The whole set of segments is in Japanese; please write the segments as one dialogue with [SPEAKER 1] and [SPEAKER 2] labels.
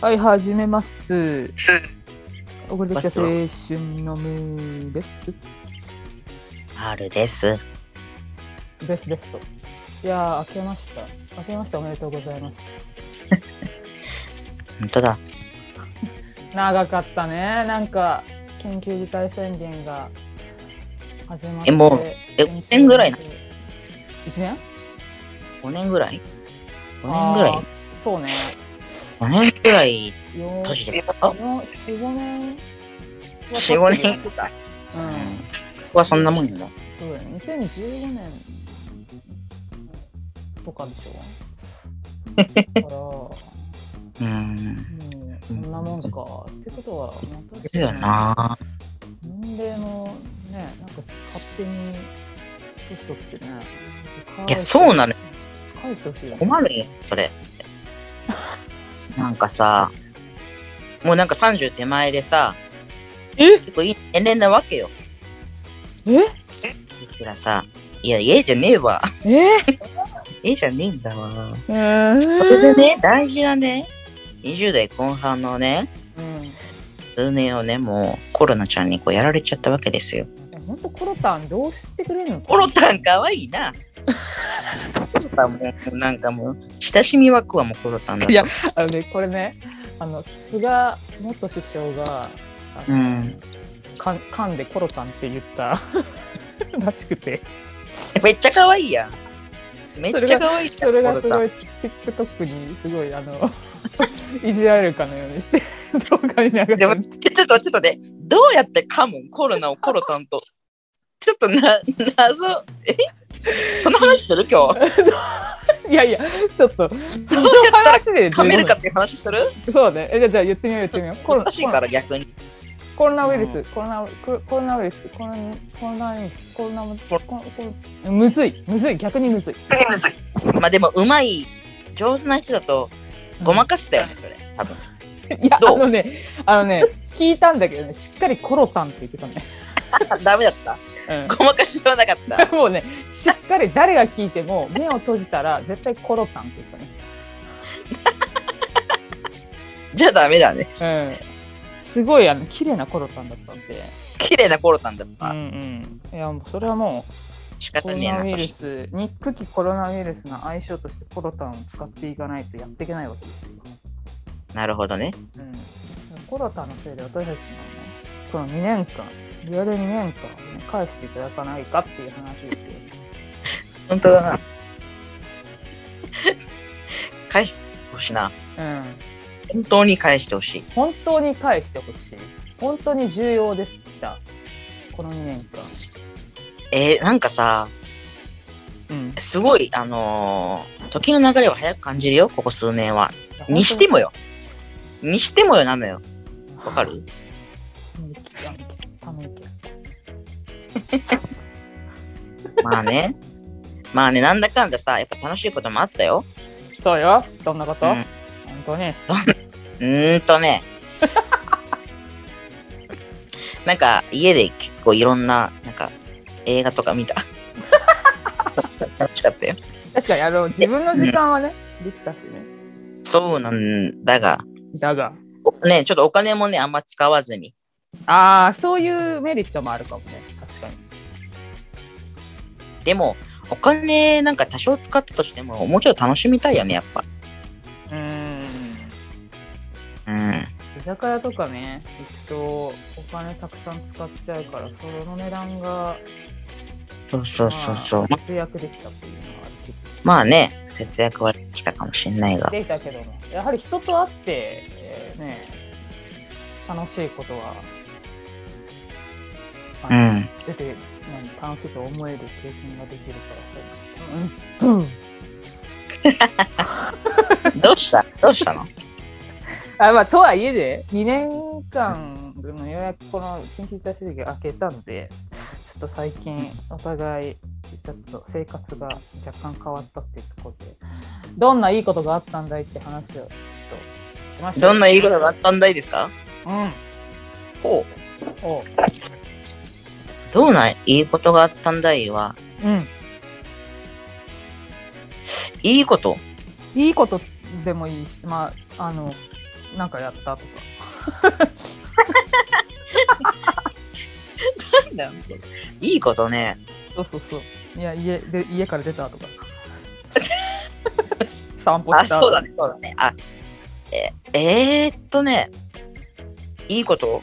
[SPEAKER 1] はい、始めます。
[SPEAKER 2] す
[SPEAKER 1] おごりべき青春のムーです。
[SPEAKER 2] 春です。
[SPEAKER 1] ですですと。いやー、明けました。明けました、おめでとうございます。
[SPEAKER 2] 本当だ。
[SPEAKER 1] 長かったね、なんか緊急事態宣言が始まって。
[SPEAKER 2] えもうえ五年ぐらいな
[SPEAKER 1] ?1 年
[SPEAKER 2] 5年ぐらい ?5 年ぐら
[SPEAKER 1] あー
[SPEAKER 2] い
[SPEAKER 1] そうね。
[SPEAKER 2] ?5 年ぐらい
[SPEAKER 1] よ
[SPEAKER 2] 閉じてた
[SPEAKER 1] 4、5年は経って
[SPEAKER 2] ?4、
[SPEAKER 1] る
[SPEAKER 2] 5年か。
[SPEAKER 1] う
[SPEAKER 2] うんん。。僕はそんなもんだ。
[SPEAKER 1] そうだよね、2015年とかでしょだから、も
[SPEAKER 2] うん。
[SPEAKER 1] うそんなもんか。ってことは、ま
[SPEAKER 2] そうやな。
[SPEAKER 1] 年齢もね、なんか勝手に年取ってね。
[SPEAKER 2] いやそうなの。
[SPEAKER 1] 返してほしいよね。
[SPEAKER 2] 困るよ、それ。なんかさ、もうなんか30手前でさ、
[SPEAKER 1] え
[SPEAKER 2] 結構いい年齢なわけよ。
[SPEAKER 1] え
[SPEAKER 2] いくらさ、いや、家じゃねえわ。
[SPEAKER 1] え
[SPEAKER 2] 家じゃねえんだわ。
[SPEAKER 1] え
[SPEAKER 2] それでね、大事なね、20代後半のね、
[SPEAKER 1] うん
[SPEAKER 2] 数年をね、もうコロナちゃんにこうやられちゃったわけですよ。
[SPEAKER 1] いや。ほんとコロタンどうしてくれるの
[SPEAKER 2] コロタンかわいいな。コロタンもうなんかもう親しみ枠はもうコロタンだ
[SPEAKER 1] い。や あのね、これね、あの菅元首相が、あ
[SPEAKER 2] う
[SPEAKER 1] の
[SPEAKER 2] ん。
[SPEAKER 1] かん噛んでコロタンって言った らしくて
[SPEAKER 2] めっちゃかわいいやん。めっちゃかわいい
[SPEAKER 1] それがすご
[SPEAKER 2] い。
[SPEAKER 1] い TikTok にすごいあの いじられるかのようにして 動画に流れて
[SPEAKER 2] でもちょっとちょっとね、どうやって噛むんコロナをコロタンと。ちょっとな謎えその話する今日。
[SPEAKER 1] いやいやちょっとその話で
[SPEAKER 2] 噛めるか
[SPEAKER 1] 15
[SPEAKER 2] っていう話する
[SPEAKER 1] 分そうねえじゃあじゃあ言ってみよう言ってみようコロ
[SPEAKER 2] 難しいから逆に。
[SPEAKER 1] コロナウイル
[SPEAKER 2] う
[SPEAKER 1] スコロナコロコロナウイルスコロナコロナウイルスコロナコロコロむずいむずい逆にむずい
[SPEAKER 2] まあでもうまい上手な人だとごまかしたよねそれ多分。
[SPEAKER 1] いや
[SPEAKER 2] ど
[SPEAKER 1] あ
[SPEAKER 2] う
[SPEAKER 1] のねあのね聞いたんだけどねしっかりコロタンって言ってたね、
[SPEAKER 2] ダメだった。
[SPEAKER 1] うん
[SPEAKER 2] ごまかしはなかった。
[SPEAKER 1] もうね、しっかり誰が聞いても目を閉じたら絶対コロタンって言った
[SPEAKER 2] じゃあダメだね。
[SPEAKER 1] ね。うん。すごいあの綺麗なコロタンだったんで。
[SPEAKER 2] 綺麗なコロタンだっ
[SPEAKER 1] う
[SPEAKER 2] た。
[SPEAKER 1] んうん。いやもうそれはも
[SPEAKER 2] 仕
[SPEAKER 1] うコ
[SPEAKER 2] 方
[SPEAKER 1] ロ
[SPEAKER 2] ねえ
[SPEAKER 1] ナ
[SPEAKER 2] な。
[SPEAKER 1] ウイ
[SPEAKER 2] そ
[SPEAKER 1] ル
[SPEAKER 2] して
[SPEAKER 1] ス、憎きコロナウイルスの相性としてコロタンを使っていかないとやっていけないわけですよ。
[SPEAKER 2] なるほどね。
[SPEAKER 1] うん。コロタンのせいで私たちのね、この2年間、リアル2年間、返していただかないかっていう話ですよ。
[SPEAKER 2] 本当だな。返してほしいな。
[SPEAKER 1] うん。
[SPEAKER 2] 本当に返してほしい。
[SPEAKER 1] 本当に返してほしい。本当に重要でした。この2年間。
[SPEAKER 2] えー、なんかさ、
[SPEAKER 1] うん、
[SPEAKER 2] すごい、あのー時の流れを早く感じるよ、ここ数年は。にしてもよ。にしてもよなのよ。わか る
[SPEAKER 1] ため息
[SPEAKER 2] まあね。まあね、なんだかんださ、やっぱ楽しいこともあったよ。
[SPEAKER 1] そうよどんなこと、
[SPEAKER 2] うん
[SPEAKER 1] 本当に
[SPEAKER 2] うーんとね。 なんか家で結構いろんななんか映画とか見た。楽しかったよ。
[SPEAKER 1] 確かにあの自分の時間はね、できたしね
[SPEAKER 2] そうなんだが、
[SPEAKER 1] だが
[SPEAKER 2] おね、ちょっとお金もね、あんま使わずに。
[SPEAKER 1] ああそういうメリットもあるかもね確かに
[SPEAKER 2] でも、お金なんか多少使ったとしても、もうちょっと楽しみたいよね、やっぱ。
[SPEAKER 1] うーん
[SPEAKER 2] うん。
[SPEAKER 1] 居酒屋とかね行くとお金たくさん使っちゃうからその値段が
[SPEAKER 2] そうそうそうそう。
[SPEAKER 1] まあ節約できたっていうのはある
[SPEAKER 2] まあね、節約はできたかもしれないが。
[SPEAKER 1] できたけどもやはり人と会って、えーね楽しいことは、あ
[SPEAKER 2] う
[SPEAKER 1] の
[SPEAKER 2] ん。
[SPEAKER 1] 出て何楽しいと思える経験ができるからうん、
[SPEAKER 2] どうしたどうしたの
[SPEAKER 1] あまあとはいえで2年間のようやくこの緊急事態宣言が明けたんでちょっと最近お互いちょっと生活が若干変わったっていうところでどんないいことがあったんだいって話をちょっとしました
[SPEAKER 2] どんないいことがあったんだいですか
[SPEAKER 1] うん
[SPEAKER 2] ほう。
[SPEAKER 1] おう
[SPEAKER 2] どうないいことがあったんだいは、
[SPEAKER 1] うん
[SPEAKER 2] いいこと
[SPEAKER 1] いいことでもいいしまああのなんかやったとか
[SPEAKER 2] なんだよそれいいことね
[SPEAKER 1] そうそうそういや家で家から出た とか散歩
[SPEAKER 2] あ
[SPEAKER 1] した
[SPEAKER 2] そうだねそうだねあええー、っとねいいこと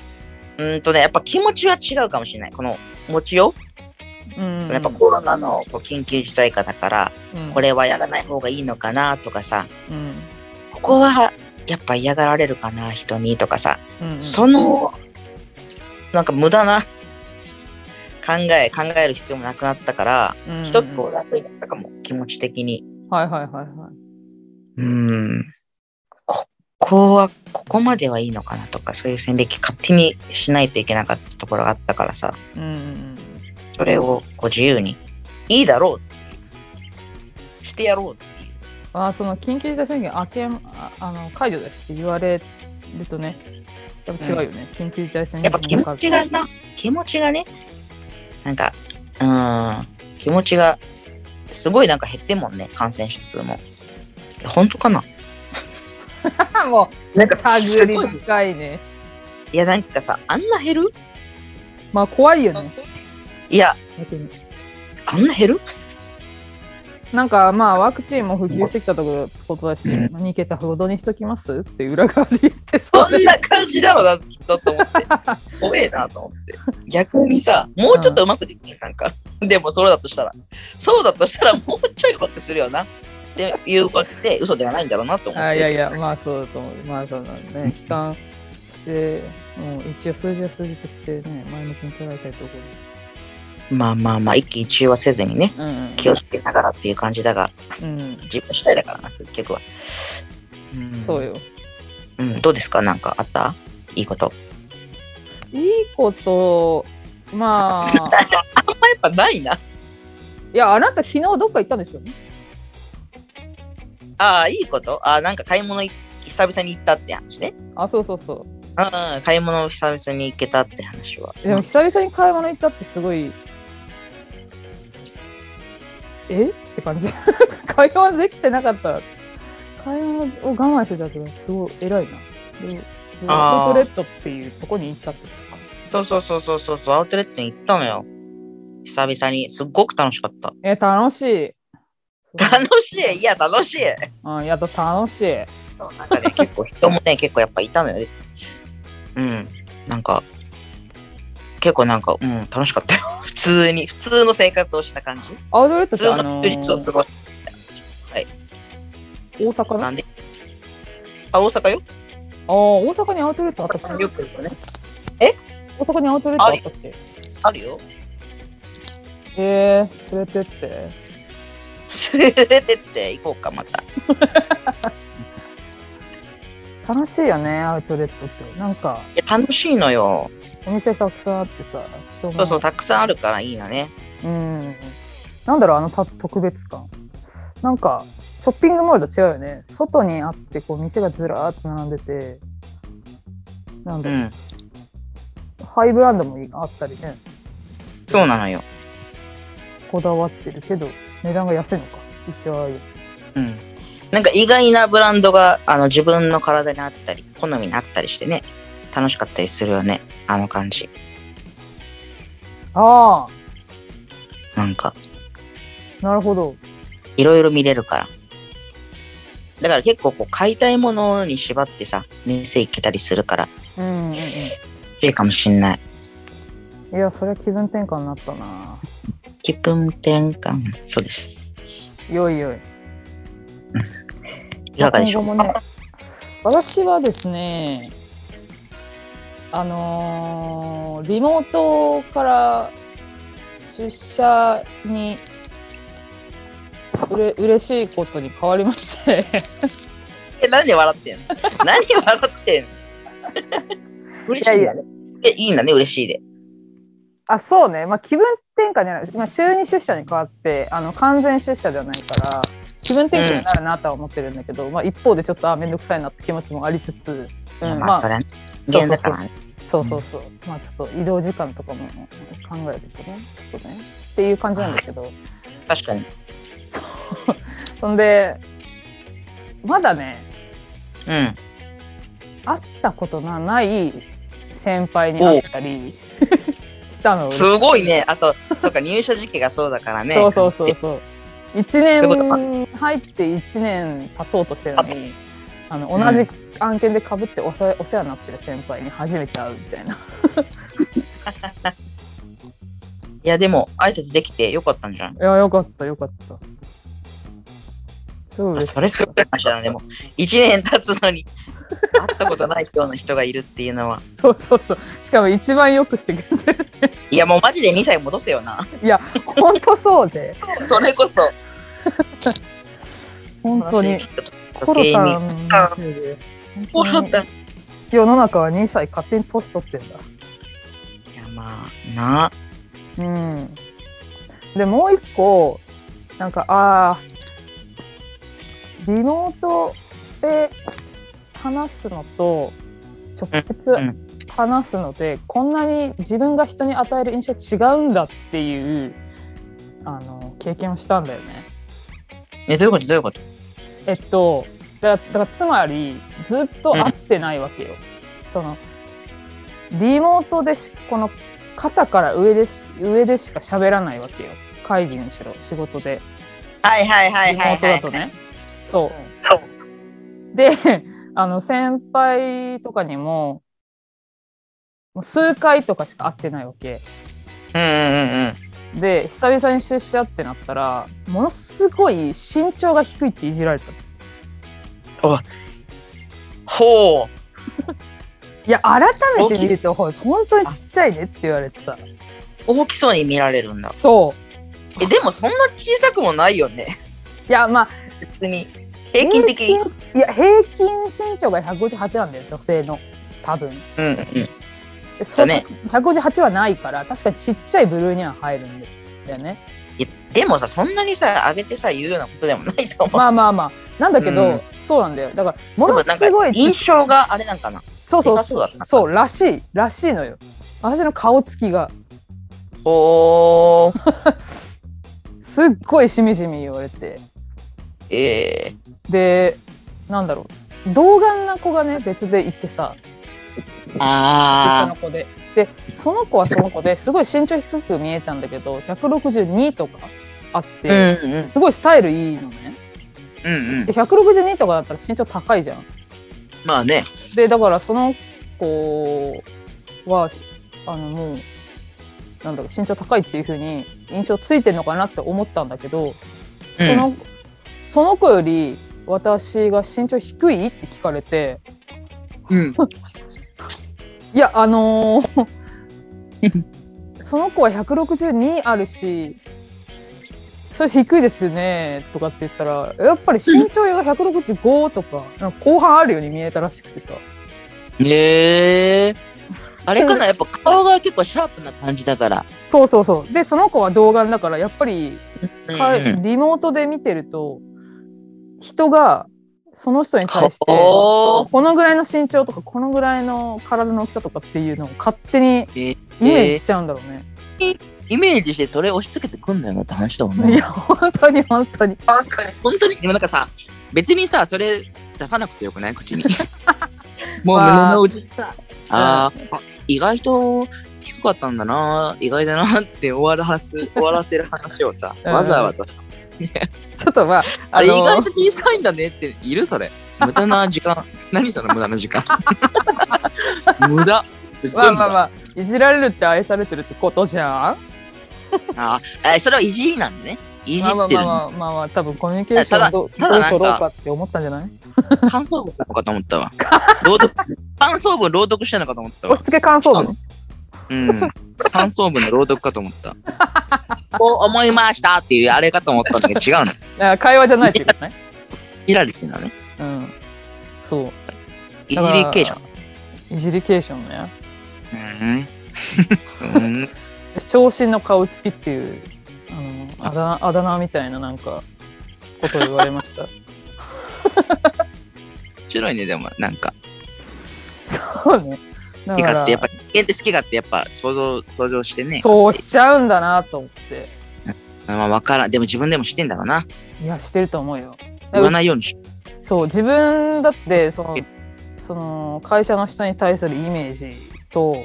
[SPEAKER 2] うーんとねやっぱ気持ちは違うかもしれないこの持ちよう、
[SPEAKER 1] うん
[SPEAKER 2] そのやっぱコロナのこう緊急事態下だから
[SPEAKER 1] うん
[SPEAKER 2] これはやらない方がいいのかなとかさ
[SPEAKER 1] うん
[SPEAKER 2] ここはやっぱ嫌がられるかな人にとかさ
[SPEAKER 1] うんうん
[SPEAKER 2] そのなんか無駄な考え考える必要もなくなったから
[SPEAKER 1] うん
[SPEAKER 2] 一つこう楽になったかも気持ち的に
[SPEAKER 1] はいはいはいはい
[SPEAKER 2] うんここはここまではいいのかなとかそういう線引き勝手にしないといけなかったところがあったからさ
[SPEAKER 1] うんうん
[SPEAKER 2] それをこう自由にいいだろうっていうしてやろうっていう
[SPEAKER 1] あーその緊急事態宣言明けああの解除ですって言われるとねやっぱ違うよね、緊急事態宣言
[SPEAKER 2] やっぱ気持ちがな、気持ちがね、なんか、うーん、気持ちが、すごいなんか減ってんもんね、感染者数も。本当かな
[SPEAKER 1] も
[SPEAKER 2] なんか
[SPEAKER 1] う
[SPEAKER 2] す
[SPEAKER 1] 探り
[SPEAKER 2] ごい。
[SPEAKER 1] 深いね
[SPEAKER 2] いや、なんかさ、あんな減る
[SPEAKER 1] まあ怖いよね
[SPEAKER 2] いや、
[SPEAKER 1] 逆に
[SPEAKER 2] あんな減る
[SPEAKER 1] なんかまあワクチンも普及してきたとこことだし、
[SPEAKER 2] うん
[SPEAKER 1] 2桁ほどにしときますって裏側で言って
[SPEAKER 2] そ
[SPEAKER 1] そうで
[SPEAKER 2] んな感じだろうな、きっとと 思って。怖えなと思って。逆にさ、もうちょっとうまくできん、なんか。でも、それだとしたら。そうだとしたら、もうちょいうまくするよな。っていうことで、嘘ではないんだろうなと思っ
[SPEAKER 1] あ
[SPEAKER 2] て。
[SPEAKER 1] いやいやまあそうだと思うまあそうだね期間でもう一応数字は数字としてね前向きに捉えたいとこ
[SPEAKER 2] まあまあまあ、一喜一憂はせずにね。
[SPEAKER 1] ろうん
[SPEAKER 2] 気をつけながらっていう感じだが
[SPEAKER 1] うん
[SPEAKER 2] 自分主体だからな結局は、うん
[SPEAKER 1] そうよ
[SPEAKER 2] うん、どうですかなんかあったいいこと
[SPEAKER 1] いいこと まあ
[SPEAKER 2] あんまやっぱないない
[SPEAKER 1] やあなた昨日どっか行ったんですよね
[SPEAKER 2] ああいいことああなんか買い物い久々に行ったって話ね
[SPEAKER 1] あそうそうそう
[SPEAKER 2] うんうん買い物を久々に行けたって話は
[SPEAKER 1] でも久々に買い物行ったってすごいえって感じ 買い物できてなかった買い物を我慢してたけどすごい偉いなで
[SPEAKER 2] あー
[SPEAKER 1] アウトレットっていうとこに行ったって
[SPEAKER 2] そうそうそうそうそうそうアウトレットに行ったのよ久々にすっごく楽しかった
[SPEAKER 1] え楽しい
[SPEAKER 2] 楽しいいや楽しい
[SPEAKER 1] うんやっと楽しい
[SPEAKER 2] そうなん かね結構人もね結構やっぱいたのようんなんか結構なんかうん楽しかったよ 普通に普通の生活をした感じ
[SPEAKER 1] アウトレットって
[SPEAKER 2] 普通
[SPEAKER 1] あ
[SPEAKER 2] の
[SPEAKER 1] の
[SPEAKER 2] 休日を過ごし
[SPEAKER 1] 大阪の
[SPEAKER 2] な
[SPEAKER 1] あ
[SPEAKER 2] んであ大阪よ
[SPEAKER 1] ー大阪にアウトレットあったっけ
[SPEAKER 2] よく行くね
[SPEAKER 1] 大阪にアウトレットあったっけ
[SPEAKER 2] あるよ
[SPEAKER 1] えー、連れてって
[SPEAKER 2] 連れてって行こうかまた
[SPEAKER 1] 楽しいよねアウトレットってなんか
[SPEAKER 2] いや楽しいのよ
[SPEAKER 1] お店たくさんあってさ人も
[SPEAKER 2] そうそうたくさんあるからいいのね
[SPEAKER 1] うんなんだろうあのた特別感なんかショッピングモールと違うよね外にあってこう店がずらーっと並んでてなん
[SPEAKER 2] う
[SPEAKER 1] だろう、
[SPEAKER 2] ん
[SPEAKER 1] ハイブランドもあったりね
[SPEAKER 2] そうなのよ
[SPEAKER 1] こだわってるけど値段が安いのかうちはああいう
[SPEAKER 2] うんなんか意外なブランドがあの自分の体に合ったり好みに合ったりしてね楽しかったりするよねあの感じ
[SPEAKER 1] あ
[SPEAKER 2] なんか
[SPEAKER 1] あなるほど
[SPEAKER 2] いろいろ見れるから。だから結構こう買いたいものに縛ってさ、店行けたりするから、
[SPEAKER 1] うんうんうん
[SPEAKER 2] いいかもしんない。
[SPEAKER 1] いやそれは気分転換になったな
[SPEAKER 2] 気分転換。そうです。
[SPEAKER 1] よいよい
[SPEAKER 2] いかがでしょう
[SPEAKER 1] 今後もね、私はですね、あのーリモートから出社にうれ嬉しいことに変わりまして、
[SPEAKER 2] え、何で笑って んの何笑ってんの嬉しいんだね。え、いいんだね、嬉しいで。
[SPEAKER 1] あそうね、まあ、気分転換じゃない、まあ、週2出社に変わってあの完全出社ではないから気分転換になるなとは思ってるんだけど、まあ、一方でちょっとあ面倒くさいなって気持ちもありつつ、うん
[SPEAKER 2] まあ、それはね人間だからね。
[SPEAKER 1] そうそうそう、まあちょっと移動時間とかも考えててねちょっとねっていう感じなんだけど
[SPEAKER 2] 確かに。
[SPEAKER 1] そんでまだね
[SPEAKER 2] うん。
[SPEAKER 1] 会ったことのない先輩に会ったりしたの
[SPEAKER 2] すごいね。あ、そう、そうか、入社時期がそうだからね。
[SPEAKER 1] そうそうそうそう1
[SPEAKER 2] そういうこ
[SPEAKER 1] 年入って1年経とうとしてるのにあの同じ案件でかぶってお世お世話になってる先輩に初めて会うみたいな
[SPEAKER 2] いや、でも、挨拶できてよかったんじゃん。
[SPEAKER 1] いやよかったよかったすごい嬉しか
[SPEAKER 2] そ
[SPEAKER 1] っ
[SPEAKER 2] れすごい話だな、でも。1年経つのに、会ったことないような人がいるっていうのは。
[SPEAKER 1] たそうそうそうしかも一番よくしてくれてる
[SPEAKER 2] いや、もうマジで2歳戻せよな。
[SPEAKER 1] いや本当そうで
[SPEAKER 2] それこそ、
[SPEAKER 1] 本当にコロ
[SPEAKER 2] 時計
[SPEAKER 1] タ
[SPEAKER 2] に。
[SPEAKER 1] ンのせいで
[SPEAKER 2] コロタン。
[SPEAKER 1] 世の中は2歳勝手に年取ってんだ
[SPEAKER 2] いや、まあ、なあ。
[SPEAKER 1] うんでもう一個なんかあーリモートで話すのと直接
[SPEAKER 2] うんうん
[SPEAKER 1] 話すのでこんなに自分が人に与える印象違うんだっていうあの経験をしたんだよね。
[SPEAKER 2] え、どういうことどういうこと
[SPEAKER 1] えっとだだからつまりずっと会ってないわけよ。そのリモートでしこの肩から上でし上でしか喋らないわけよ会議にしろ仕事で
[SPEAKER 2] はいはいは
[SPEAKER 1] リ
[SPEAKER 2] い
[SPEAKER 1] モ
[SPEAKER 2] はい、
[SPEAKER 1] ート
[SPEAKER 2] は
[SPEAKER 1] だ
[SPEAKER 2] い。
[SPEAKER 1] とね。そうであの先輩とかにももう数回とかしか会ってないわけ。
[SPEAKER 2] うんうんうんうん。
[SPEAKER 1] で久々に出社ってなったらものすごい身長が低いっていじられたの
[SPEAKER 2] ほう。
[SPEAKER 1] いや改めて見るとほん本当にちっちゃいねって言われてさ
[SPEAKER 2] 大きそうに見られるんだ。
[SPEAKER 1] そう
[SPEAKER 2] え、でもそんな小さくもないよね。
[SPEAKER 1] いやまあ
[SPEAKER 2] 別に。平均的。
[SPEAKER 1] 平均いや平均身長が158なんだよ女性の多分
[SPEAKER 2] うんうん。
[SPEAKER 1] でそ
[SPEAKER 2] だね
[SPEAKER 1] 158はないから確かにちっちゃい部類には入るんだよね
[SPEAKER 2] いやでもさ、そんなにさ、上げてさ、言うようなことでもないと 思う。
[SPEAKER 1] まあまあまあなんだけど、
[SPEAKER 2] うん
[SPEAKER 1] そうなんだよだからも
[SPEAKER 2] でも
[SPEAKER 1] の
[SPEAKER 2] なん
[SPEAKER 1] すご
[SPEAKER 2] か
[SPEAKER 1] いち
[SPEAKER 2] 印象があれなんかな。
[SPEAKER 1] そう
[SPEAKER 2] で
[SPEAKER 1] そう
[SPEAKER 2] かそうだった。
[SPEAKER 1] そうらしいらしいのよ私の顔つきが
[SPEAKER 2] ほう。
[SPEAKER 1] すっごいしみじみ言われて
[SPEAKER 2] え
[SPEAKER 1] でなんだろう童顔な子がね別で行ってさ
[SPEAKER 2] ー、あ
[SPEAKER 1] の子ででその子はその子ですごい身長低く見えたんだけど162とかあって、
[SPEAKER 2] うんうん
[SPEAKER 1] すごいスタイルいいのね
[SPEAKER 2] うんうん
[SPEAKER 1] で162とかだったら身長高いじゃん
[SPEAKER 2] まあね
[SPEAKER 1] でだからその子はあのもうなんだろう身長高いっていう風に印象ついてるのかなって思ったんだけど、
[SPEAKER 2] う
[SPEAKER 1] そ
[SPEAKER 2] ん
[SPEAKER 1] のその子より私が身長低いって聞かれて
[SPEAKER 2] うん
[SPEAKER 1] いやあのー その子は162あるしそれ低いですねとかって言ったらやっぱり身長が165とかなんか後半あるように見えたらしくてさ
[SPEAKER 2] えー、あれかなやっぱ顔が結構シャープな感じだから、
[SPEAKER 1] そうそうそうでその子は童顔だからやっぱりか
[SPEAKER 2] うん
[SPEAKER 1] リモートで見てると人がその人に対してこ
[SPEAKER 2] ほう
[SPEAKER 1] のぐらいの身長とかこのぐらいの体の大きさとかっていうのを勝手に
[SPEAKER 2] えー
[SPEAKER 1] イメージしちゃうんだろうね。
[SPEAKER 2] イメージしてそれ押し付けてくんだよなって話だもん
[SPEAKER 1] い
[SPEAKER 2] ね
[SPEAKER 1] や本当に本当に
[SPEAKER 2] 確かに 本当にでもなんかさ別にさそれ出さなくてよくない 口にもう
[SPEAKER 1] わ
[SPEAKER 2] 胸
[SPEAKER 1] あ
[SPEAKER 2] の内にさあーあ意外と低かったんだな意外だなって終わら す終わらせる話をさ
[SPEAKER 1] うん
[SPEAKER 2] わざわざさ
[SPEAKER 1] ちょっとまあ
[SPEAKER 2] あれ意
[SPEAKER 1] の
[SPEAKER 2] 外と小さいんだねっているそれ無駄な時間 何その無駄な時間 無駄すっご
[SPEAKER 1] ま
[SPEAKER 2] い
[SPEAKER 1] あ
[SPEAKER 2] 無
[SPEAKER 1] まあ
[SPEAKER 2] 駄
[SPEAKER 1] まあいじられるって愛されてるってことじゃん
[SPEAKER 2] あーえそれはいじりなんだねいじ
[SPEAKER 1] まあまあ
[SPEAKER 2] って
[SPEAKER 1] まあ
[SPEAKER 2] るの
[SPEAKER 1] まあまあまあ多分コミュニケーシ
[SPEAKER 2] た
[SPEAKER 1] ョ
[SPEAKER 2] だ
[SPEAKER 1] ンどう
[SPEAKER 2] た
[SPEAKER 1] どう
[SPEAKER 2] だなんか
[SPEAKER 1] 取ろうかって思ったんじゃない
[SPEAKER 2] 感想文なのかと思ったわ朗読 感想文朗読してんのかと思ったわ
[SPEAKER 1] 押し付け感想文
[SPEAKER 2] うん。感想文の朗読かと 思った。こう思いましたっていうあれかと思ったんだけど違うの。
[SPEAKER 1] あ会話じゃないっていうことね
[SPEAKER 2] いじられてんだね。
[SPEAKER 1] うんそう
[SPEAKER 2] いじりケーショ
[SPEAKER 1] ンいじりケーションね
[SPEAKER 2] ン。うん。うん。
[SPEAKER 1] 長身の顔つきっていうあのあだあだ名みたいななんかことを言われました
[SPEAKER 2] 面白いね、でも、なんか。
[SPEAKER 1] そうねだ
[SPEAKER 2] 好き
[SPEAKER 1] か
[SPEAKER 2] 勝
[SPEAKER 1] ら
[SPEAKER 2] 手、やっぱ、人間って好き勝手、やっぱ、想像、想像してね。
[SPEAKER 1] そうしちゃうんだなと思って
[SPEAKER 2] まあ、わからん。でも自分でもしてんだろうな。
[SPEAKER 1] いやしてると思うよ
[SPEAKER 2] 言わないようにし
[SPEAKER 1] そう自分だってそのその会社の人に対するイメージと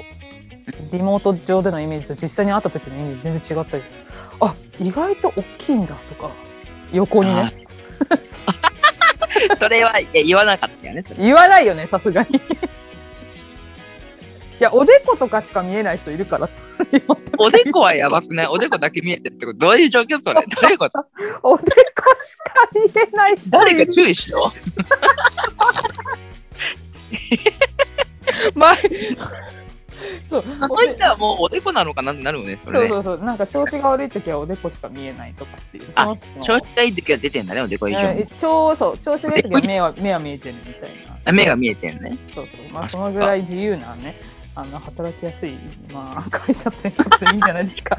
[SPEAKER 1] リモート上でのイメージと実際に会った時のイメージ全然違ったりあ意外と大きいんだとか横にね
[SPEAKER 2] それはいや言わなかったよね。それ
[SPEAKER 1] 言わないよねさすがに いやおでことかしか見えない人いるからさ 今
[SPEAKER 2] おでこはやばくない。おでこだけ見えてるってことどういう状況それ。どういうこと。
[SPEAKER 1] おでこしか見えない人い
[SPEAKER 2] 誰
[SPEAKER 1] る
[SPEAKER 2] か注意し ろ。
[SPEAKER 1] 前そう
[SPEAKER 2] あの人はもうおでこなのかなってなるよね。そ
[SPEAKER 1] そう
[SPEAKER 2] れね
[SPEAKER 1] そ。うそうなんか調子が悪い時はおでこしか見えないとかっていう
[SPEAKER 2] あ
[SPEAKER 1] その人の
[SPEAKER 2] 調子がいい時は出てんだね。おでこ以上
[SPEAKER 1] え
[SPEAKER 2] に。
[SPEAKER 1] ー超そう調子がいい時は目は目は見えてるみたいな
[SPEAKER 2] あ目が見えてんね。
[SPEAKER 1] そうそうまあ
[SPEAKER 2] あ
[SPEAKER 1] そのぐらい自由なねあの働きやすい、まあ、 会社ということでいいんじゃないですか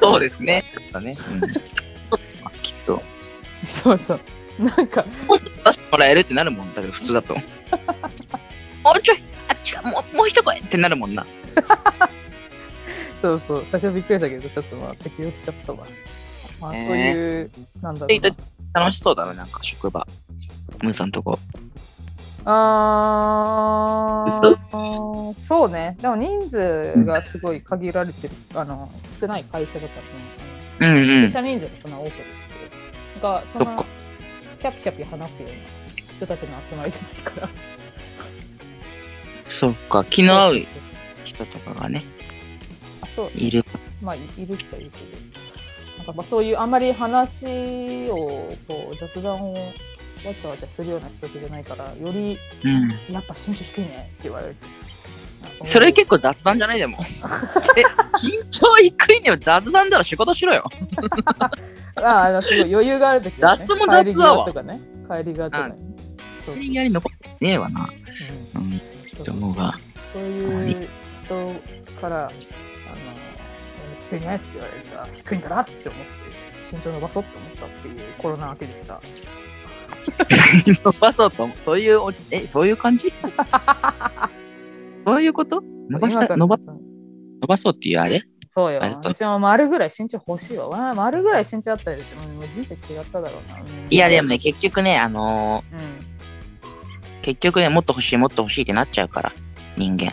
[SPEAKER 2] そうですね。そうだね。うんまあきっと。
[SPEAKER 1] そうそうなんか
[SPEAKER 2] 出してもらえるってなるもんだけど普通だともうちょいあっちかもうもう一声ってなるもんな
[SPEAKER 1] そうそう最初びっくりしたけどちょっとまあ適応しちゃったわまあそう
[SPEAKER 2] ね
[SPEAKER 1] いう、なんだろ
[SPEAKER 2] えっと
[SPEAKER 1] う
[SPEAKER 2] 楽しそうだねなんか職場ムーさんとこ
[SPEAKER 1] なあーそうねでも人数がすごい限られてるあの少ない会社だからねあの
[SPEAKER 2] うんうん
[SPEAKER 1] 出社人数もそんな多くなくて、がそ
[SPEAKER 2] そっ
[SPEAKER 1] の
[SPEAKER 2] か
[SPEAKER 1] キャピキャピ話すような人たちの集まりじゃないから。
[SPEAKER 2] そっか気の合う人とかがね
[SPEAKER 1] あそう、
[SPEAKER 2] いる
[SPEAKER 1] まあ、いいるっちゃいるけど、なんかまあそういうあんまり話をこう雑談をわちゃわちゃするような人たちじゃないから、より
[SPEAKER 2] うん
[SPEAKER 1] やっぱ身長低いねって言われる。
[SPEAKER 2] それ結構雑談じゃないで もえ緊張低いには雑談だろ仕事しろよ
[SPEAKER 1] 構ああのすごい余裕がある時は、ね、
[SPEAKER 2] 雑も雑だ
[SPEAKER 1] 帰り際
[SPEAKER 2] わ
[SPEAKER 1] とかね、帰りがとかね。そう
[SPEAKER 2] 人間に残ってねえわな
[SPEAKER 1] うん
[SPEAKER 2] うんって思うが
[SPEAKER 1] そういう人から、あの、低いねって言われたら、低いんだなって思って、身長伸ばそうって思ったっていうコロナ明けでした。
[SPEAKER 2] 伸ばそうと思うそういうおえそういう感じそういうこと伸ばし
[SPEAKER 1] 今か
[SPEAKER 2] た
[SPEAKER 1] ら
[SPEAKER 2] 伸ば伸ばそうっていうあれ
[SPEAKER 1] そうよ
[SPEAKER 2] ありが。とう
[SPEAKER 1] 私も丸ぐらい身長欲しいわ。わあ丸ぐらい身長あったら、うんもう人生違っただろうな。うん
[SPEAKER 2] いやでもね、結局ねあの
[SPEAKER 1] うん。
[SPEAKER 2] ー結局ねもっと欲しいもっと欲しいってなっちゃうから人間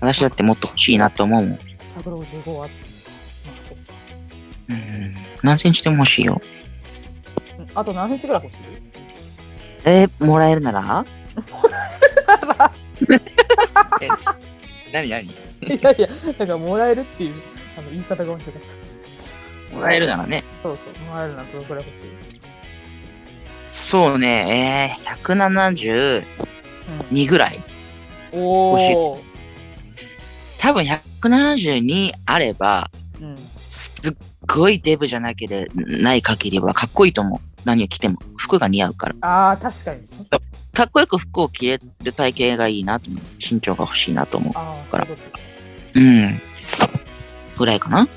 [SPEAKER 2] 私だってもっと欲しいなと思うもん、
[SPEAKER 1] 165はあって。まあそうか
[SPEAKER 2] うん、何センチでも欲しいよ
[SPEAKER 1] うんあと何センチぐらい欲しい
[SPEAKER 2] えー、もらえるなら え何何
[SPEAKER 1] いやいや、なんかもらえるっていうあの言い方が面白かった。
[SPEAKER 2] もらえるならね
[SPEAKER 1] そうそう、もらえるのはどのくらい欲しい
[SPEAKER 2] そうねえー、
[SPEAKER 1] うん
[SPEAKER 2] 172ぐらい
[SPEAKER 1] おー。
[SPEAKER 2] 多分172あれば
[SPEAKER 1] うん
[SPEAKER 2] すごいデブじゃなければない限りはかっこいいと思う何を着ても服が似合うから
[SPEAKER 1] ああ、確かに。
[SPEAKER 2] かっこよく服を着れる体型がいいなと思う身長が欲しいなと思う
[SPEAKER 1] ああ、
[SPEAKER 2] から
[SPEAKER 1] そういうこと
[SPEAKER 2] うんぐらいかな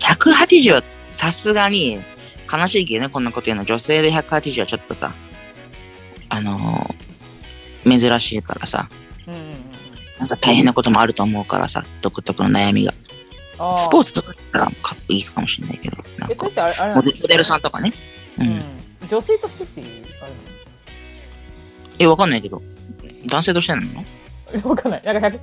[SPEAKER 2] 180はさすがに悲しいけどねこんなこと言うの女性で180はちょっとさあのー珍しいからさ
[SPEAKER 1] うんうんうんうん
[SPEAKER 2] なんか大変なこともあると思うからさ独特の悩みが
[SPEAKER 1] あー
[SPEAKER 2] スポーツとかだったらかっこいいかもしれないけどなん
[SPEAKER 1] え、そ
[SPEAKER 2] か
[SPEAKER 1] れってあれあれな
[SPEAKER 2] モ
[SPEAKER 1] んで
[SPEAKER 2] デ
[SPEAKER 1] すか
[SPEAKER 2] モデルさんとかねう、
[SPEAKER 1] うんん。女性としてっていう、あれ
[SPEAKER 2] えわかんないけど男性としてなのい
[SPEAKER 1] なの わかんない。なんか100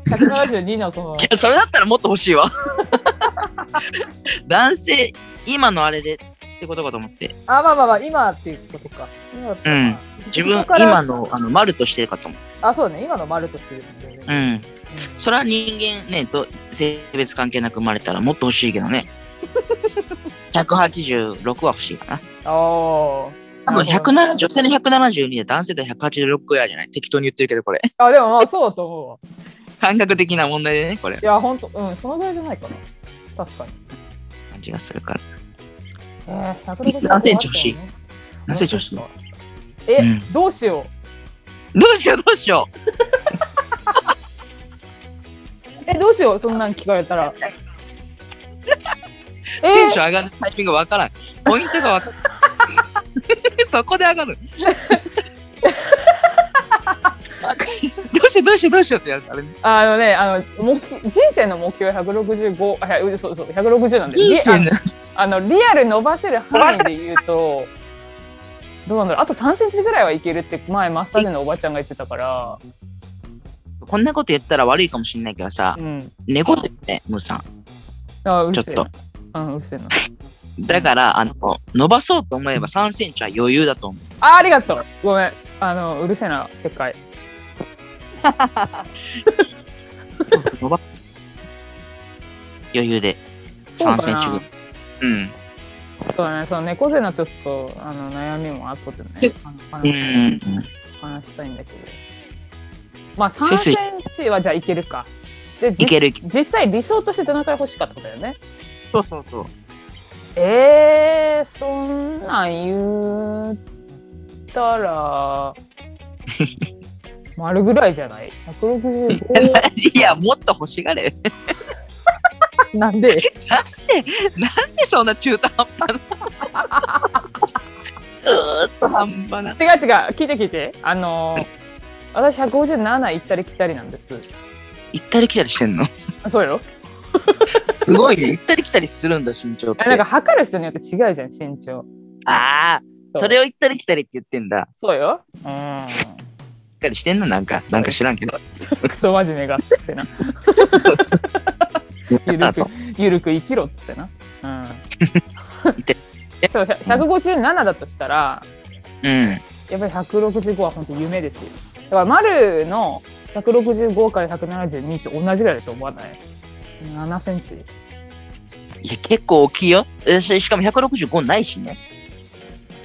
[SPEAKER 1] 172のそ の、
[SPEAKER 2] やそれだったらもっと欲しいわ 男性今のあれでってことかと思って
[SPEAKER 1] あ、まあまあまあ、今っていうことか。今だったらまあ
[SPEAKER 2] うん。自分
[SPEAKER 1] ここから
[SPEAKER 2] 今。のあの丸としてかと思う
[SPEAKER 1] あ、そうね。今の丸としてるんだよ
[SPEAKER 2] う
[SPEAKER 1] ね。う
[SPEAKER 2] ん
[SPEAKER 1] ん
[SPEAKER 2] それは人間ねと性別関係なく生まれたらもっと欲しいけど ね186は欲しいかな
[SPEAKER 1] ああ。
[SPEAKER 2] 多分
[SPEAKER 1] なるほど
[SPEAKER 2] 107女性の172で男性で186ぐらいじゃない適当に言ってるけどこれ
[SPEAKER 1] あ、でもまあ、そうだと思うわ。
[SPEAKER 2] 感覚的な問題でねこれ
[SPEAKER 1] いや、ほんと、うん、そのぐらいじゃないかな。確かに。
[SPEAKER 2] 感じがするから
[SPEAKER 1] えー、160
[SPEAKER 2] 何センチ欲しい何センチ欲しい
[SPEAKER 1] え、
[SPEAKER 2] うん
[SPEAKER 1] どうしよう。
[SPEAKER 2] どうしようどうしよう
[SPEAKER 1] え、どうしよう、そんなん聞かれた ら。
[SPEAKER 2] テン
[SPEAKER 1] え
[SPEAKER 2] ション上がるタイミングわからんポイントがわ からんそこで上が るどうしようどうしようどうしようってやつあれね
[SPEAKER 1] あのね、あの、目標人生の目標165、あ、いやそうそう、160なんで、
[SPEAKER 2] 人生
[SPEAKER 1] リ
[SPEAKER 2] の
[SPEAKER 1] ああの、リアル伸ばせる範囲で言うと、どうなんだろうあと3センチぐらいはいけるって前マッサージのおばちゃんが言ってたから、
[SPEAKER 2] こんなこと言ったら悪いかもしれないけどさ、
[SPEAKER 1] うん、
[SPEAKER 2] 猫背ね、ムーさん。
[SPEAKER 1] あうる
[SPEAKER 2] ちょっ
[SPEAKER 1] せえな
[SPEAKER 2] と。
[SPEAKER 1] うん、うるせえな
[SPEAKER 2] だから、あの、伸ばそうと思えば3センチは余裕だと思 う。
[SPEAKER 1] あありがとうごめんあのうるせえなでっかい
[SPEAKER 2] 伸ば余裕で
[SPEAKER 1] そう
[SPEAKER 2] 3
[SPEAKER 1] か
[SPEAKER 2] セン
[SPEAKER 1] な
[SPEAKER 2] チぐらい。うん。
[SPEAKER 1] そうだねその猫背のちょっとあの悩みも後でねあの
[SPEAKER 2] う
[SPEAKER 1] 話し
[SPEAKER 2] ん。
[SPEAKER 1] 話したいんだけどまあ3
[SPEAKER 2] 背
[SPEAKER 1] セ
[SPEAKER 2] 筋
[SPEAKER 1] ンチはじゃあいけるかで実
[SPEAKER 2] いけるいけ
[SPEAKER 1] 実際理想としてどのくらい欲しかったことだよね
[SPEAKER 2] そうそうそう。
[SPEAKER 1] えー、そんなん言ったら丸ぐらいじゃない ?165
[SPEAKER 2] いや、もっと欲しがれ。
[SPEAKER 1] なんで
[SPEAKER 2] なんでそんな中途半 端な。ずーっと半端な。
[SPEAKER 1] 違う違う聞いて聞いてあのー私157行ったり来たりなんです
[SPEAKER 2] 行ったり来たりしてんの
[SPEAKER 1] あそうやろ
[SPEAKER 2] すごいね。行ったり来たりするんだ、身長っ
[SPEAKER 1] いやなんか測る人によって違うじゃん身長
[SPEAKER 2] ああ、それを行ったり来たりって言ってんだ。
[SPEAKER 1] そうようー
[SPEAKER 2] しっかりしてんのなんか、なんか知らんけど。
[SPEAKER 1] んクソ真面目がっつってな
[SPEAKER 2] そう
[SPEAKER 1] ゆ
[SPEAKER 2] あ
[SPEAKER 1] るく
[SPEAKER 2] と
[SPEAKER 1] ゆるく生きろっつってなうん
[SPEAKER 2] 痛い
[SPEAKER 1] そう157だとしたら
[SPEAKER 2] うん。
[SPEAKER 1] やっぱり165は本当夢ですよだから丸の165から172って同じぐらいだと思わない7センチ
[SPEAKER 2] いや、結構大きいよ。えししかも165ないしね。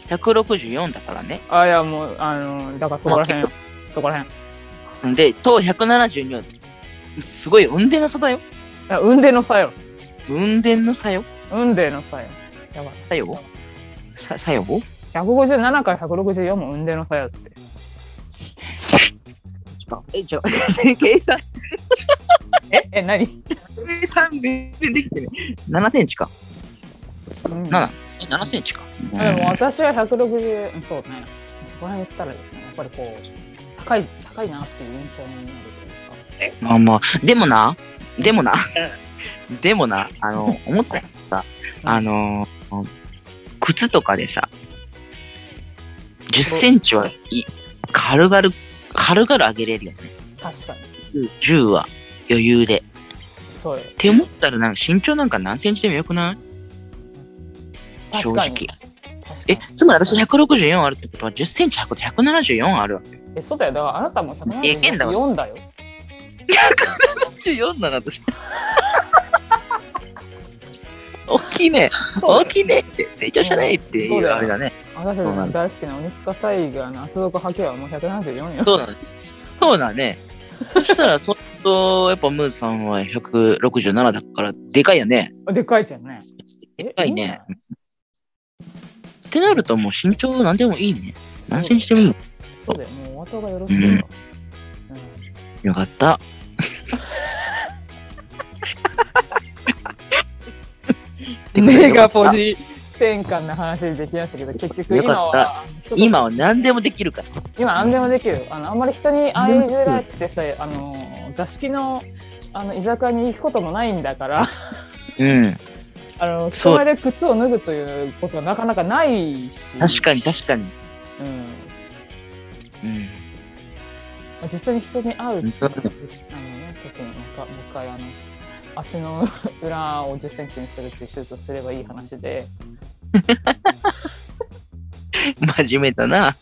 [SPEAKER 2] 164だからね。
[SPEAKER 1] あいやもうあのだからそこら辺よそこら辺
[SPEAKER 2] で、当172は、すごい運転の差だよ。
[SPEAKER 1] いや運転の差よ
[SPEAKER 2] 運転の差よ。
[SPEAKER 1] 運転の差よやばい
[SPEAKER 2] 差よ。さ差よ。
[SPEAKER 1] 157から164も運転の差やって
[SPEAKER 2] え、 じゃあ、計算
[SPEAKER 1] え何
[SPEAKER 2] 計算全然できてね。7センチか。
[SPEAKER 1] うんで
[SPEAKER 2] 7。え、7センチか。
[SPEAKER 1] も 私は160うんそうねそこら辺言ったらですねやっぱりこう高い高いなっていう印象になるというか
[SPEAKER 2] まあまあ、でもな、でもな、でもな、あの、思ったのさ、あのー、靴とかでさ、10センチはい軽々、軽々上げれるよね。
[SPEAKER 1] 確かに
[SPEAKER 2] 10は余裕で。
[SPEAKER 1] そうよ
[SPEAKER 2] って思ったら、なんか身長なんか何センチでもよくない正
[SPEAKER 1] 確かに確
[SPEAKER 2] 直。
[SPEAKER 1] か
[SPEAKER 2] え
[SPEAKER 1] に、
[SPEAKER 2] つまり私164あるってことは、10センチ履くと174あるわけ。
[SPEAKER 1] えそうだよだからあなたも
[SPEAKER 2] いや変だわ
[SPEAKER 1] 174だよ
[SPEAKER 2] 164だな、私。 大きいね。
[SPEAKER 1] そう
[SPEAKER 2] 大きいねって成長したねっていうあれだね。
[SPEAKER 1] 私たちの大好きな鬼塚大河の厚底履けはもう174よ
[SPEAKER 2] そうだね。そうだね。そしたらそっとやっぱムーさんは167だからでかいよね。
[SPEAKER 1] でかいじゃんね
[SPEAKER 2] でかいね。ってなるともう身長なんでもいいね。何センチでもいい。
[SPEAKER 1] そうだよもうお後がよろしいよ、うん
[SPEAKER 2] よかった。
[SPEAKER 1] 目がポジ転換の話できましたけど結局今
[SPEAKER 2] よ
[SPEAKER 1] は
[SPEAKER 2] 今は何でもできるから。
[SPEAKER 1] 今何でもできるあのあんまり人に会いづらくてさあの座敷のあの居酒屋に行くこともないんだから
[SPEAKER 2] うん。
[SPEAKER 1] あの人
[SPEAKER 2] そう
[SPEAKER 1] 前で靴を脱ぐということはなかなかないし
[SPEAKER 2] 確かに確かに。
[SPEAKER 1] うん、
[SPEAKER 2] うん。
[SPEAKER 1] 実際に人に会うっていう
[SPEAKER 2] 本
[SPEAKER 1] あの、ね、特になんかもう一回あの足の裏を1 0ンチにするっていう手術をすればいい話で
[SPEAKER 2] 真面目だな。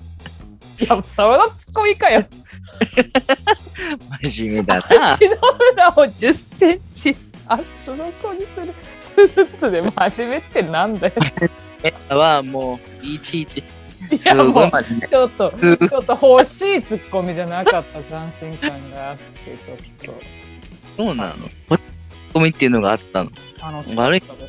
[SPEAKER 1] いやそのツッコミかよ
[SPEAKER 2] 真面目だな。
[SPEAKER 1] 足の裏を10センチあその子にする手術でも初めってなんだよ
[SPEAKER 2] メタはもういちいち
[SPEAKER 1] い
[SPEAKER 2] す
[SPEAKER 1] やも
[SPEAKER 2] ごいう真面目。
[SPEAKER 1] ちょっと
[SPEAKER 2] すごい
[SPEAKER 1] ちょっと欲しいツッコミじゃなかった斬新感があってちょっ
[SPEAKER 2] そうなの。ツッコミっていうのがあったの。
[SPEAKER 1] と楽しかったですけど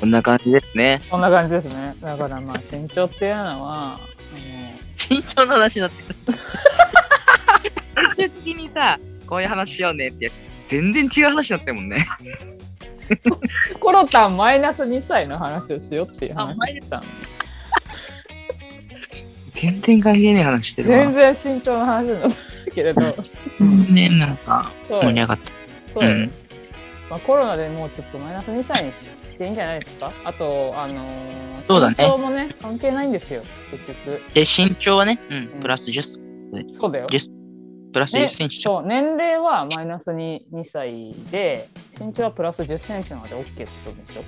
[SPEAKER 2] こんな感じですね。
[SPEAKER 1] そんな感じですねだからまあ身長っていうのはあの
[SPEAKER 2] 身長の話にな ってる。最終的にさ、こういう話しようねってやつ、全然違う話になってるもんね。
[SPEAKER 1] コロタンマイナス2歳の話をしようっていう話したの
[SPEAKER 2] 全然関係ねえ話してる
[SPEAKER 1] 全
[SPEAKER 2] わ。
[SPEAKER 1] 然身長の話なんだけれど
[SPEAKER 2] 全然なんか
[SPEAKER 1] そう
[SPEAKER 2] 盛り上がった。
[SPEAKER 1] そうよ、
[SPEAKER 2] うん
[SPEAKER 1] まあ、コロナでもうちょっとマイナス2歳にししていいんじゃないですかあと、あのー
[SPEAKER 2] そうだね
[SPEAKER 1] 身長もね、関係ないんですよ、結局。
[SPEAKER 2] で、身長はね、うん
[SPEAKER 1] うん、
[SPEAKER 2] プラス10、
[SPEAKER 1] そうだよ。
[SPEAKER 2] プラス1センチちゃう。
[SPEAKER 1] そう年齢はマイナスに2歳で、身長はプラス10センチなので OK ってことでしょ。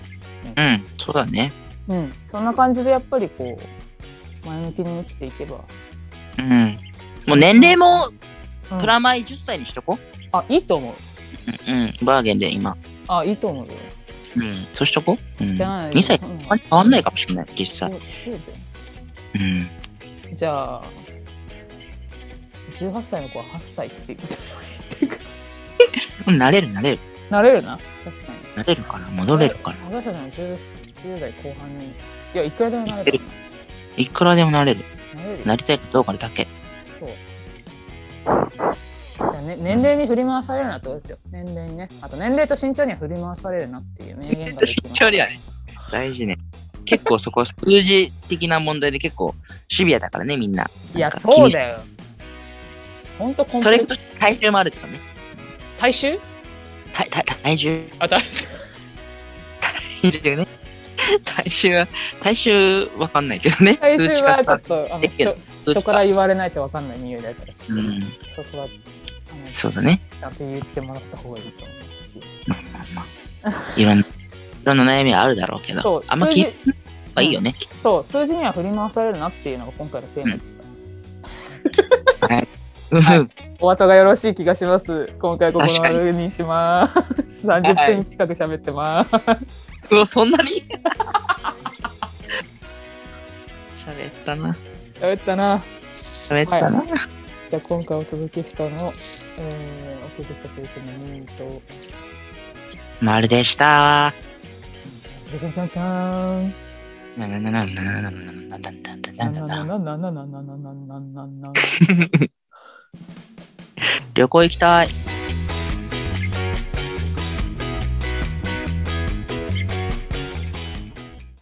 [SPEAKER 2] うん、そうだね。
[SPEAKER 1] うん。そんな感じでやっぱりこう、前向きに生きていけば。
[SPEAKER 2] うん。もう年齢も
[SPEAKER 1] うん
[SPEAKER 2] プラマイ10歳にしとこ
[SPEAKER 1] あ、いいと思う。
[SPEAKER 2] う。うん、バーゲンで今。
[SPEAKER 1] あ、いいと思うよ。
[SPEAKER 2] うん、そうしとこう。うん、
[SPEAKER 1] じゃあ
[SPEAKER 2] 2歳
[SPEAKER 1] そ
[SPEAKER 2] と
[SPEAKER 1] んな
[SPEAKER 2] 変わんないかもしれない、実際。
[SPEAKER 1] そうそうだよ
[SPEAKER 2] うん。
[SPEAKER 1] じゃあ、18歳の子は8歳っていうことで
[SPEAKER 2] うん慣れる、慣れる。
[SPEAKER 1] なれるな、確かに。
[SPEAKER 2] 慣れるから、戻れるから。
[SPEAKER 1] 私たちの 10, 10代後半に。いや、いくらでもなれるから
[SPEAKER 2] いくらでもなれる。
[SPEAKER 1] な。なれるよ
[SPEAKER 2] なりたいかどうかだけ。
[SPEAKER 1] そう。だからね、年齢に振り回されるなってことですよ。年齢にね。あと年齢と身長には振り回されるなっていう名言ができました。
[SPEAKER 2] ね。大事ね。結構そこ、数字的な問題で結構シビアだからね、みんな。
[SPEAKER 1] いや、
[SPEAKER 2] なんか気
[SPEAKER 1] そう
[SPEAKER 2] にし
[SPEAKER 1] だよ。ほんとコンプ
[SPEAKER 2] そ
[SPEAKER 1] レ
[SPEAKER 2] れ
[SPEAKER 1] ッ
[SPEAKER 2] と体重もあるけどね。
[SPEAKER 1] 体臭
[SPEAKER 2] 体体体重。
[SPEAKER 1] あ、体臭。
[SPEAKER 2] 体重ね。体重は、体重わかんないけどね。
[SPEAKER 1] 体
[SPEAKER 2] 数
[SPEAKER 1] 臭
[SPEAKER 2] 値化
[SPEAKER 1] はちょ
[SPEAKER 2] さ
[SPEAKER 1] っと、あの
[SPEAKER 2] できてる
[SPEAKER 1] 人
[SPEAKER 2] 数
[SPEAKER 1] 人
[SPEAKER 2] 値
[SPEAKER 1] か
[SPEAKER 2] 化
[SPEAKER 1] ら言われないとわかんない匂いだから、
[SPEAKER 2] うん
[SPEAKER 1] そこは、あの
[SPEAKER 2] そうだね。
[SPEAKER 1] ちゃんと言ってもらった方がいいと思いますし。
[SPEAKER 2] まあまあまあ。いろんな、いろんな悩みはあるだろうけ
[SPEAKER 1] そ
[SPEAKER 2] ど
[SPEAKER 1] う、
[SPEAKER 2] あんま
[SPEAKER 1] 数
[SPEAKER 2] 気
[SPEAKER 1] 字
[SPEAKER 2] にがいいよね。
[SPEAKER 1] そう、数字には振り回されるなっていうのが今回のテーマでした。
[SPEAKER 2] うん
[SPEAKER 1] はいお後がよろしい気がします。今回ここの丸にします。30
[SPEAKER 2] はい
[SPEAKER 1] 分近く喋ってます。
[SPEAKER 2] うわ、そんなに喋ったな。
[SPEAKER 1] 喋ったな。
[SPEAKER 2] 喋ったな。
[SPEAKER 1] じゃあ今回お届けしたの、えー、お届けしたというかのミート、
[SPEAKER 2] まるでした。
[SPEAKER 1] じゃじゃじゃじゃーん。
[SPEAKER 2] なななななななななななな
[SPEAKER 1] なな
[SPEAKER 2] なな
[SPEAKER 1] なななな
[SPEAKER 2] な
[SPEAKER 1] ななななななな。
[SPEAKER 2] 旅行行きたい。